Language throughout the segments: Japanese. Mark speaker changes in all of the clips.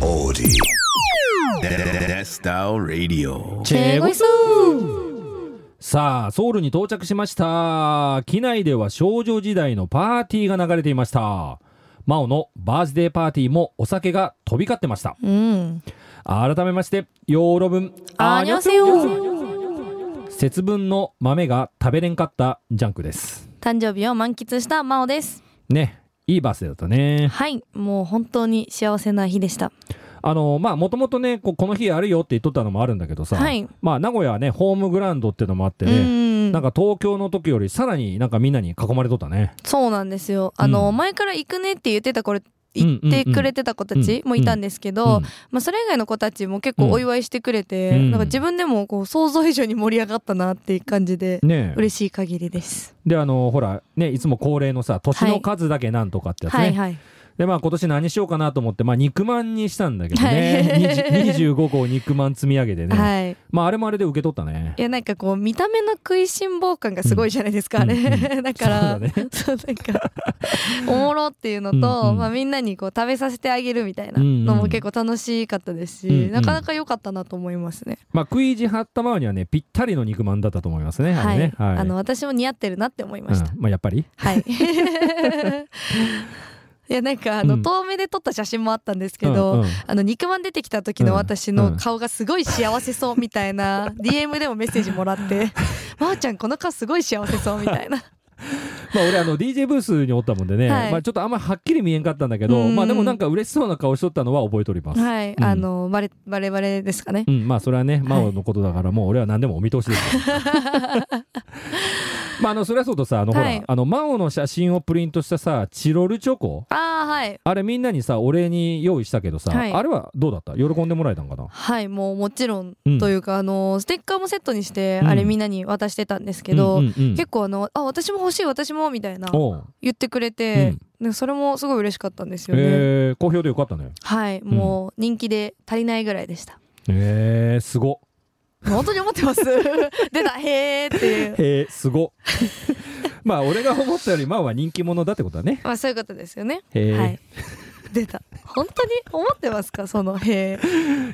Speaker 1: melody. Destyle Radio.
Speaker 2: チェゴイス
Speaker 3: さあ、ソウルに到着しました。機内では少女時代のパーティーが流れていました。マオのバースデーパーティーもお酒が飛び交ってました。
Speaker 2: うん。
Speaker 3: 改めまして、ヨーロ分、
Speaker 2: あにょせよ。
Speaker 3: 節分の豆が食べれんかったジャンクです。
Speaker 2: 誕生日を満喫した真央です。
Speaker 3: ね、いいバースデーだったね。
Speaker 2: はい、もう本当に幸せな日でした。
Speaker 3: あの、まあ、もともとねこ、この日やるよって言っとったのもあるんだけどさ、
Speaker 2: はい
Speaker 3: まあ、名古屋はね、ホームグラウンドっていうのもあって
Speaker 2: う
Speaker 3: ね、
Speaker 2: ん
Speaker 3: なん。か東京の時よりさらになんかみんなに囲まれとったね。
Speaker 2: そうなんですよ。あの、
Speaker 3: うん
Speaker 2: 前から行くねって言ってたこれ
Speaker 3: うん
Speaker 2: 言ってくれてた子たちもいたんですけど、
Speaker 3: うん
Speaker 2: まあ、それ以外の子たちも結構お祝いしてくれて、
Speaker 3: うん
Speaker 2: なんか自分でもこう想像以上に盛り上がったなっていう感じで、
Speaker 3: ねえ
Speaker 2: 嬉しい限りです。
Speaker 3: であのほらねいつも恒例のさ年の数だけなんとかってやつね、
Speaker 2: はいはい。
Speaker 3: でまあ今年何しようかなと思ってまあ肉まんにしたんだけど
Speaker 2: はい
Speaker 3: ね、20 25個を肉まん積み上げてね、
Speaker 2: はい。
Speaker 3: まああれもあれで受け取ったね
Speaker 2: いやなんかこう見た目の食いしん坊感がすごいじゃないですか、あれ、
Speaker 3: う んう
Speaker 2: だから
Speaker 3: そうだね
Speaker 2: そうなんかおもろっていうのと、
Speaker 3: うんうん
Speaker 2: まあ、みんなにこう食べさせてあげるみたい
Speaker 3: うん
Speaker 2: な
Speaker 3: うん
Speaker 2: のも結構楽しかったですし、
Speaker 3: うんうん
Speaker 2: なかなか良かったなと思いますね。
Speaker 3: まあ食い地張ったまわにはねぴったりの肉まんだったと思いますねあ
Speaker 2: はい、
Speaker 3: れね
Speaker 2: あの私も似合ってるなって思いま
Speaker 3: うん
Speaker 2: した。
Speaker 3: まあやっぱり
Speaker 2: はい いやなんかあの、
Speaker 3: うん
Speaker 2: 遠目で撮った写真もあったんですけど、
Speaker 3: うんうん
Speaker 2: あの肉まん出てきた時の私の顔がすごい幸せそうみたいな DM でもメッセージもらって 「まおちゃんこの顔すごい幸せそう」みたいな
Speaker 3: まあ俺あの DJ ブースにおったもんでね、
Speaker 2: はい
Speaker 3: まあちょっとあんまはっきり見えんかったんだけど、
Speaker 2: うん
Speaker 3: まあでもなんか嬉しそうな顔しとったのは覚えております、
Speaker 2: はい、
Speaker 3: うん
Speaker 2: あのバレバレバレですかね
Speaker 3: う、ん、まあそれはね、
Speaker 2: い
Speaker 3: 真央のことだから、もう俺は何でもお見通し ですよ。まああのそれはそうとさ、あのほら、
Speaker 2: はい
Speaker 3: あの真央の写真をプリントしたさ、チロルチョコ。
Speaker 2: ああはい
Speaker 3: あれみんなにさ、お礼に用意したけどさ、
Speaker 2: はい
Speaker 3: あれはどうだった、喜んでもらえたんかな。
Speaker 2: はいもうもちろん
Speaker 3: うん
Speaker 2: というか、あのステッカーもセットにして、
Speaker 3: うん
Speaker 2: あれみんなに渡してたんですけど、
Speaker 3: うんうんうん
Speaker 2: 結構あの「あ私も欲しい私も」みたいな
Speaker 3: おう
Speaker 2: 言ってくれて、ねそれもすごい嬉しかったんですよね、
Speaker 3: えー好評でよかったね。
Speaker 2: はいもう人気で足りないぐらいでした
Speaker 3: えー、すご。
Speaker 2: 本当に思っ てます出たへーっていう
Speaker 3: へえ、す ご。まあ俺が思ったより真央は人気者だってことだね。
Speaker 2: まあそういうことですよね。
Speaker 3: へえ、
Speaker 2: はいい、。出た。本当に思ってますかそのへ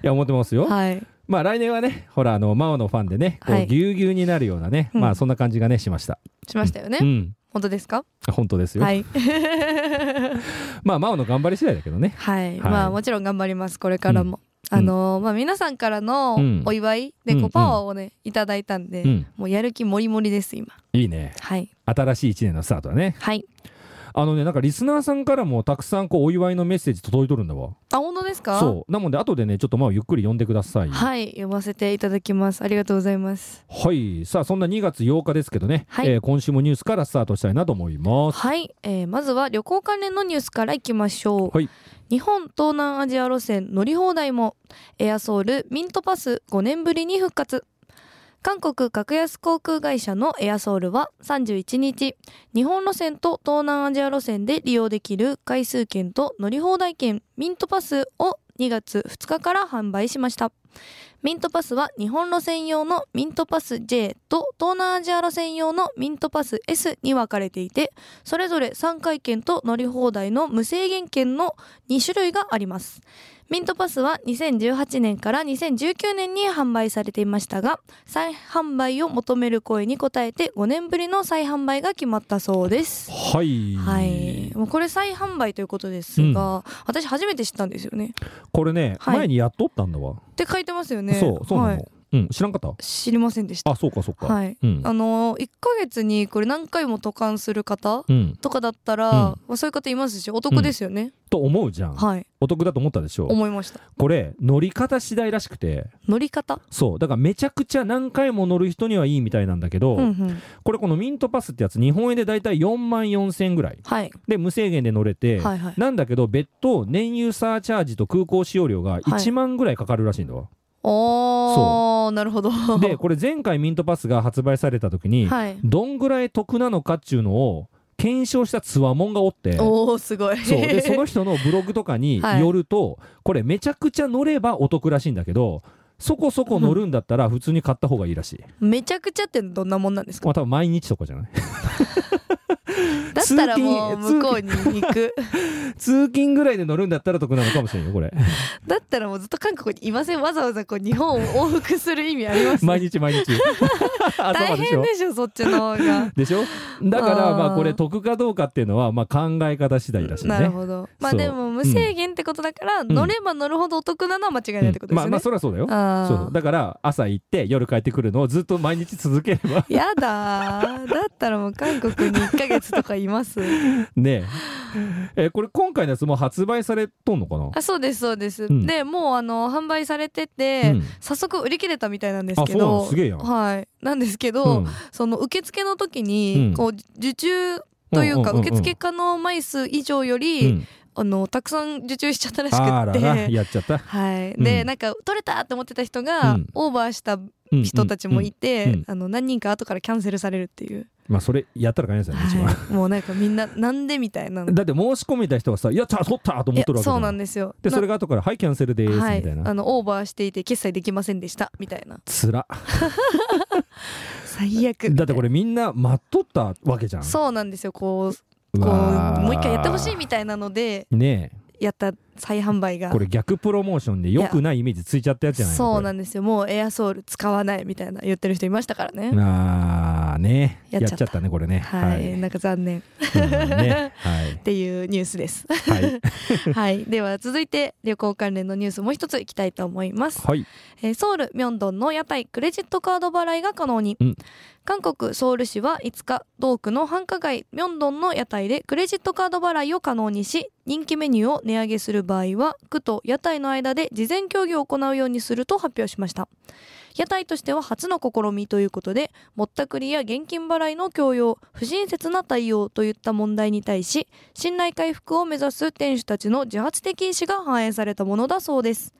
Speaker 3: や思ってますよ。
Speaker 2: ー。はい。
Speaker 3: まあ来年はね、ほらあの真央のファンでね、こ
Speaker 2: は
Speaker 3: う
Speaker 2: い
Speaker 3: ぎゅうぎゅうになるようなね、
Speaker 2: うん
Speaker 3: まあそんな感じがねしました。
Speaker 2: しましたよね。
Speaker 3: うん、
Speaker 2: 本当ですか？
Speaker 3: 本当ですよ。
Speaker 2: はい。
Speaker 3: まあ、真央の頑張り次第だけどね。
Speaker 2: はい。まあもちろん頑張りますこれからも。
Speaker 3: うん
Speaker 2: あのーまあ皆さんからの
Speaker 3: うん
Speaker 2: お祝いで
Speaker 3: うんうん
Speaker 2: こうパワーをねいただいたんで、
Speaker 3: うん、
Speaker 2: もうやる気もりもりです今。
Speaker 3: いいね。
Speaker 2: はい
Speaker 3: 新しい一年のスタートだね。
Speaker 2: はい。
Speaker 3: あのね、なんかリスナーさんからもたくさんこうお祝いのメッセージ届いとるんだわ。
Speaker 2: あ本当ですか？
Speaker 3: そう。なので、後でね、ちょっとまあゆっくり読んでください。
Speaker 2: はい読ませていただきますありがとうございます。
Speaker 3: はい。さあ、そんな2月8日ですけどね、
Speaker 2: はい
Speaker 3: えー今週もニュースからスタートしたいなと思います。
Speaker 2: はい、えーまずは旅行関連のニュースからいきましょう、
Speaker 3: はい
Speaker 2: 日本東南アジア路線乗り放題もエアソウルミントパス5年ぶりに復活韓国格安航空会社のエアソウルは31日日本路線と東南アジア路線で利用できる回数券と乗り放題券ミントパスを2月2日から販売しましたミントパスは日本路線用のミントパス J と東南アジア路線用のミントパス S に分かれていてそれぞれ3回券と乗り放題の無制限券の2種類がありますミントパスは2018年から2019年に販売されていましたが再販売を求める声に応えて5年ぶりの再販売が決まったそうです
Speaker 3: はい。
Speaker 2: はい、もうこれ再販売ということですが、私初めて知ったんですよね
Speaker 3: これね、
Speaker 2: はい
Speaker 3: 前にやっとったんだわ。
Speaker 2: って書いてますよね
Speaker 3: そう、そうなの、
Speaker 2: はい、
Speaker 3: うん、知らんかっ
Speaker 2: 知りませんでした
Speaker 3: たあ、そうか、そうか。
Speaker 2: はい
Speaker 3: うん。
Speaker 2: あの1ヶ月にこれ何回も渡韓する方
Speaker 3: うん、
Speaker 2: とかだったら、
Speaker 3: うん
Speaker 2: まあそういう方いますしお得ですよね、
Speaker 3: と思うじゃん。
Speaker 2: はい
Speaker 3: お得だと思ったでしょ
Speaker 2: 思いました
Speaker 3: これ乗り方次第らしくて
Speaker 2: 乗り方
Speaker 3: そうだからめちゃくちゃ何回も乗る人にはいいみたいなんだけど、
Speaker 2: うんうん
Speaker 3: これこのミントパスってやつ日本円でだいたい4万4000円ぐらい
Speaker 2: はい
Speaker 3: で無制限で乗れて、
Speaker 2: はいはい
Speaker 3: なんだけど別途燃油サーチャージと空港使用料が1万ぐらいかかるらしいんだわ、
Speaker 2: おーなるほど
Speaker 3: でこれ前回ミントパスが発売された時に、
Speaker 2: はい
Speaker 3: どんぐらい得なのかっちゅうのを検証したつわもんがおってそう
Speaker 2: おーすごい
Speaker 3: でその人のブログとかに
Speaker 2: はい
Speaker 3: よると、これめちゃくちゃ乗ればお得らしいんだけどそこそこ乗るんだったら普通に買った方がいいらしい。
Speaker 2: めちゃくちゃってどんなもんなんですか
Speaker 3: まあ多分毎日とかじゃない
Speaker 2: だったらもう
Speaker 3: 通勤
Speaker 2: 向こうに行く
Speaker 3: 通勤ぐらいで乗るんだったら得なのかもしれんよこれ
Speaker 2: だったらもうずっと韓国にいませんわざわざこう日本を往復する意味あ ります
Speaker 3: 毎日毎 日
Speaker 2: 大
Speaker 3: 頭でし
Speaker 2: 変
Speaker 3: ょ
Speaker 2: でしょそっちの方が
Speaker 3: でしょだから
Speaker 2: あー
Speaker 3: まあこれ得かどうかっていうのはまあ考え方次第だしいね
Speaker 2: なるほどまあ
Speaker 3: そう
Speaker 2: でも無制限ってことだから、乗れば乗るほどお得なのは間違いないってこと
Speaker 3: うん
Speaker 2: で
Speaker 3: ますあ
Speaker 2: よ
Speaker 3: まあ
Speaker 2: ね、
Speaker 3: そりゃそうだよ
Speaker 2: あ
Speaker 3: そ
Speaker 2: ー
Speaker 3: うだから朝行って夜帰ってくるのをずっと毎日続ければ
Speaker 2: やだーだったらもう韓国に1ヶ月とかいます
Speaker 3: ねええーこれ今回のやつもう発売されとんのかな
Speaker 2: あそうですそうです、
Speaker 3: うん
Speaker 2: でもうあの販売されてて、
Speaker 3: うん
Speaker 2: 早速売り切れたみたいなんですけ
Speaker 3: あそうな
Speaker 2: ど
Speaker 3: のすげえやん
Speaker 2: はいなんですけど、
Speaker 3: うん
Speaker 2: その受付の時
Speaker 3: う
Speaker 2: に
Speaker 3: ん
Speaker 2: こう受注というか
Speaker 3: うんうんうんうん
Speaker 2: 受付可能枚数以上よ
Speaker 3: う
Speaker 2: り
Speaker 3: ん
Speaker 2: あのたくさん受注しちゃったらし
Speaker 3: あ
Speaker 2: く
Speaker 3: ら
Speaker 2: って
Speaker 3: らやっちゃった
Speaker 2: はい
Speaker 3: ん
Speaker 2: でなんか取れたと思ってた人が
Speaker 3: うん
Speaker 2: オーバーした
Speaker 3: うん
Speaker 2: 人たちも
Speaker 3: うんうん
Speaker 2: い
Speaker 3: う
Speaker 2: て
Speaker 3: ん
Speaker 2: あの何人か後からキャンセルされるっていう
Speaker 3: まあそれやったらかんやつやね一番
Speaker 2: はいもうなんかみんななんでみたいなの
Speaker 3: だって申し込めた人がさ「やった取った!」と思
Speaker 2: い
Speaker 3: っ
Speaker 2: や
Speaker 3: とるわけじゃ
Speaker 2: そ
Speaker 3: ん
Speaker 2: うなんですよ
Speaker 3: で
Speaker 2: な
Speaker 3: それが後から「はいキャンセルです」み
Speaker 2: は
Speaker 3: た
Speaker 2: い
Speaker 3: いな
Speaker 2: あのオーバーしていて決済できませんでしたみたいな
Speaker 3: つら
Speaker 2: 最悪
Speaker 3: だってこれみんな待っとったわけじゃん
Speaker 2: そうなんですよこう
Speaker 3: う
Speaker 2: こう
Speaker 3: わー
Speaker 2: もう一回やってほしいみたいなので
Speaker 3: ね
Speaker 2: やった再販売が
Speaker 3: えこれ逆プロモーションで良くないイメージついちゃったやつじゃない
Speaker 2: そうなんんですよもうエアソール使わないみたいな言ってる人いましたからね、
Speaker 3: あーね
Speaker 2: や
Speaker 3: や
Speaker 2: っち
Speaker 3: っ
Speaker 2: ゃった
Speaker 3: ちゃったねこれね
Speaker 2: はい、
Speaker 3: うん
Speaker 2: なんか残念っ
Speaker 3: ねはい
Speaker 2: ていうニュースです、
Speaker 3: はい
Speaker 2: はい、では続いて旅行関連のニュースもう一ついきたいと思います、
Speaker 3: はい
Speaker 2: えーソウルミョンドンの屋台クレジットカード払いが可能に、
Speaker 3: うん
Speaker 2: 韓国ソウル市は5日同区の繁華街ミョンドンの屋台でクレジットカード払いを可能にし人気メニューを値上げする場合は区と屋台の間で事前協議を行うようにすると発表しました屋台としては初の試みということでぼったくりや現金払いの強要不親切な対応といった問題に対し信頼回復を目指す店主たちの自発的意思が反映されたものだそうです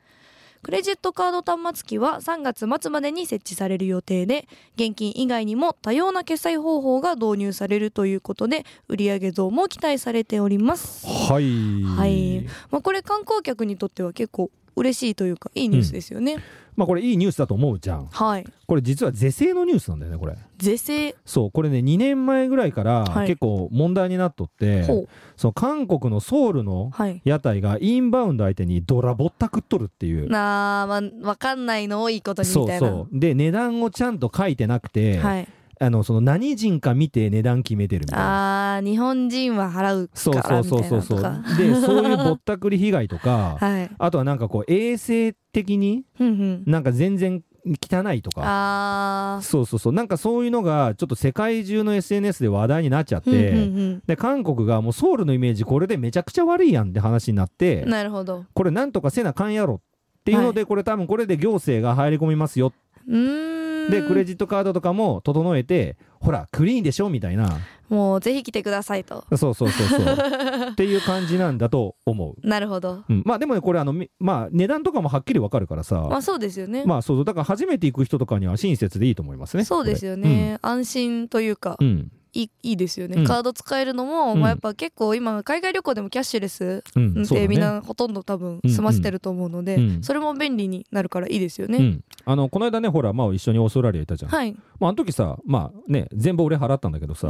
Speaker 2: クレジットカード端末機は3月末までに設置される予定で現金以外にも多様な決済方法が導入されるということで売上増も期待されております、
Speaker 3: はい
Speaker 2: はいまあ、これ観光客にとっては結構嬉しいというかいいニュースですよね、
Speaker 3: まあこれいいニュースだと思うじゃん
Speaker 2: はい
Speaker 3: これ実は是正のニュースなんだよねこれ
Speaker 2: 是正
Speaker 3: そうこれね2年前ぐらいから
Speaker 2: はい
Speaker 3: 結構問題になっとって、
Speaker 2: ほう
Speaker 3: その韓国のソウルの
Speaker 2: はい
Speaker 3: 屋台がインバウンド相手にドラぼったくっとるっていう
Speaker 2: なあまあわかんないのをいいことに
Speaker 3: そ
Speaker 2: み
Speaker 3: う
Speaker 2: たいな
Speaker 3: そうで値段をちゃんと書いてなくて、
Speaker 2: はい
Speaker 3: あのその何人か見て値段決めてるみたいな。
Speaker 2: あー日本人は払う
Speaker 3: そう
Speaker 2: か
Speaker 3: そ
Speaker 2: ら
Speaker 3: う
Speaker 2: み
Speaker 3: そ
Speaker 2: た
Speaker 3: うそう
Speaker 2: いな
Speaker 3: そ
Speaker 2: と
Speaker 3: う
Speaker 2: か
Speaker 3: でそういうぼったくり被害とか、
Speaker 2: はい
Speaker 3: あとはなんかこう衛生的に
Speaker 2: ふんふん
Speaker 3: なんか全然汚いとか
Speaker 2: あー
Speaker 3: そうそうそうなんかそういうのがちょっと世界中の SNS で話題になっちゃって、
Speaker 2: ふんふんふん
Speaker 3: で韓国がもうソウルのイメージこれでめちゃくちゃ悪いやんって話になって
Speaker 2: なるほど
Speaker 3: これなんとかせなあかんやろっていうので、これ多分これで行政が入り込みますよ
Speaker 2: うーん
Speaker 3: でクレジットカードとかも整えてほらクリーンでしょみたいな
Speaker 2: もうぜひ来てくださいと
Speaker 3: そうそうそうそうっていう感じなんだと思う。
Speaker 2: なるほど
Speaker 3: うん、まあでもねこれあの、みまあ、値段とかもはっきりわかるからさ、
Speaker 2: まあそうですよね、
Speaker 3: まあそうそうだから初めて行く人とかには親切でいいと思いますね
Speaker 2: そうですよね、安心というか、
Speaker 3: これうん
Speaker 2: いいいいですよね、
Speaker 3: うん
Speaker 2: カード使えるのも、
Speaker 3: うん
Speaker 2: まあ、やっぱ結構今海外旅行でもキャッシュレス
Speaker 3: うん、うんそうだね
Speaker 2: でみんなほとんど多分済ませてると思うので、
Speaker 3: うん
Speaker 2: それも便利になるからいいですよね、
Speaker 3: うん、あのこの間ねほら、まあ、一緒にオーストラリア行ったじゃん、
Speaker 2: はい
Speaker 3: まあ、あの時さまあね全部俺払ったんだけど さ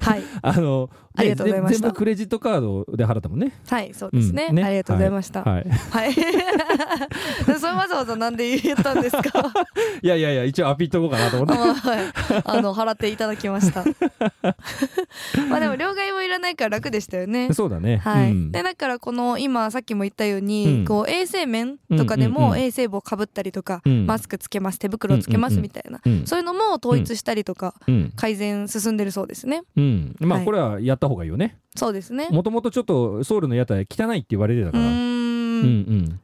Speaker 2: はい
Speaker 3: あのね
Speaker 2: ありがとうございました
Speaker 3: ぜ全部クレジットカードで払ったもんね
Speaker 2: はいそうですね,、
Speaker 3: うんね
Speaker 2: ありがとうございましたはい、
Speaker 3: はい、
Speaker 2: それわざわざなんで言ったんで すか
Speaker 3: いやいやいや一応アピっとこうかなと思って
Speaker 2: あはいあの払っていただきました まあでも両替もいらないから楽でしたよね
Speaker 3: そうだね
Speaker 2: はい
Speaker 3: うん
Speaker 2: でだからこの今さっきも言ったように、
Speaker 3: うん
Speaker 2: こう衛生面とかで
Speaker 3: うんうん
Speaker 2: も
Speaker 3: うん
Speaker 2: 衛生帽かぶったりとか、
Speaker 3: うん
Speaker 2: マスクつけます手袋つけますみたいな、
Speaker 3: うん
Speaker 2: そういうのも統一したりとか、
Speaker 3: うん
Speaker 2: 改善進んでるそうですね
Speaker 3: うんまあ
Speaker 2: はい
Speaker 3: これはやった方がいいよね
Speaker 2: そうですね
Speaker 3: もともとちょっとソウルの屋台汚いって言われてた
Speaker 2: う
Speaker 3: から
Speaker 2: ー
Speaker 3: うん
Speaker 2: ん
Speaker 3: うん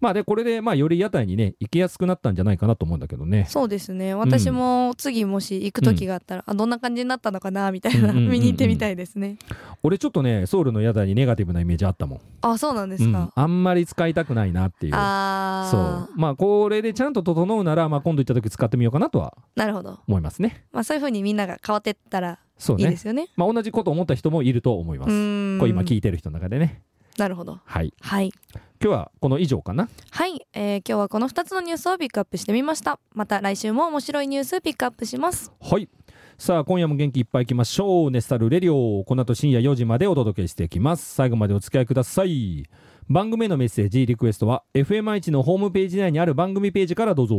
Speaker 3: まあでこれでまあより屋台にね行きやすくなったんじゃないかなと思うんだけどね
Speaker 2: そうですね私も次もし行く時があったら、あどんな感じになったのかなみたいな、
Speaker 3: うんうんうんうん
Speaker 2: 見に行ってみたいですね
Speaker 3: 俺ちょっとねソウルの屋台にネガティブなイメージあったもん
Speaker 2: あそうなんで
Speaker 3: う
Speaker 2: す
Speaker 3: ん
Speaker 2: か、、
Speaker 3: あんまり使いたくないなっていう
Speaker 2: あ
Speaker 3: そう
Speaker 2: あ
Speaker 3: まあこれでちゃんと整うなら、まあ、今度行った時使ってみようかなとは
Speaker 2: なるほど、
Speaker 3: 思いますね
Speaker 2: まあ、そういうふうにみんなが変わってったら
Speaker 3: そう
Speaker 2: いい
Speaker 3: ね
Speaker 2: ですよね
Speaker 3: まあ、同じこと思った人もいると思いま
Speaker 2: う
Speaker 3: す
Speaker 2: ーん
Speaker 3: これ今聞いてる人の中でね
Speaker 2: なるほど
Speaker 3: はい
Speaker 2: はい
Speaker 3: 今日はこの以上かな
Speaker 2: はい、えー今日はこの2つのニュースをピックアップしてみましたまた来週も面白いニュースピックアップします
Speaker 3: はいさあ、今夜も元気いっぱいいきましょう。ネスタルレディオ。この後深夜4時までお届けしていきます。最後までお付き合いください。番組へのメッセージ、リクエストは FMI1 のホームページ内にある番組ページからどうぞ。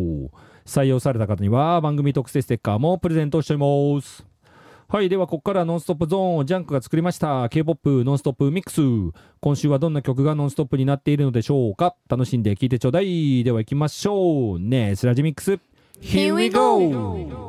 Speaker 3: 採用された方には番組特製ステッカーもプレゼントしております。はい。では、ここからノンストップゾーン、ジャンクが作りました。K-POP ノンストップミックス。今週はどんな曲がノンストップになっているのでしょうか楽しんで聴いてちょうだい。では行きましょう。ねえ、スラジミックス。
Speaker 2: Here we go!